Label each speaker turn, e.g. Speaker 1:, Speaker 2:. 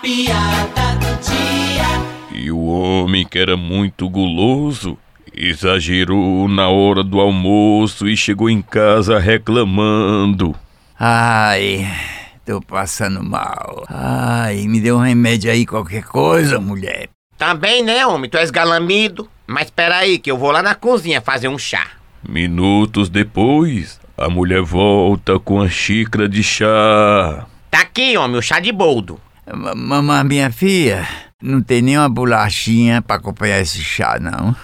Speaker 1: piada do dia.
Speaker 2: E o homem, que era muito guloso, exagerou na hora do almoço e chegou em casa reclamando.
Speaker 3: Ai, tô passando mal. Ai, me dê um remédio aí, qualquer coisa, mulher.
Speaker 4: Também, né, homem? Tu és galamido. Mas peraí, que eu vou lá na cozinha fazer um chá.
Speaker 2: Minutos depois, a mulher volta com a xícara de chá.
Speaker 4: Tá aqui, homem, o chá de boldo.
Speaker 3: Ma- Mamãe, minha filha, não tem nenhuma bolachinha pra acompanhar esse chá, não.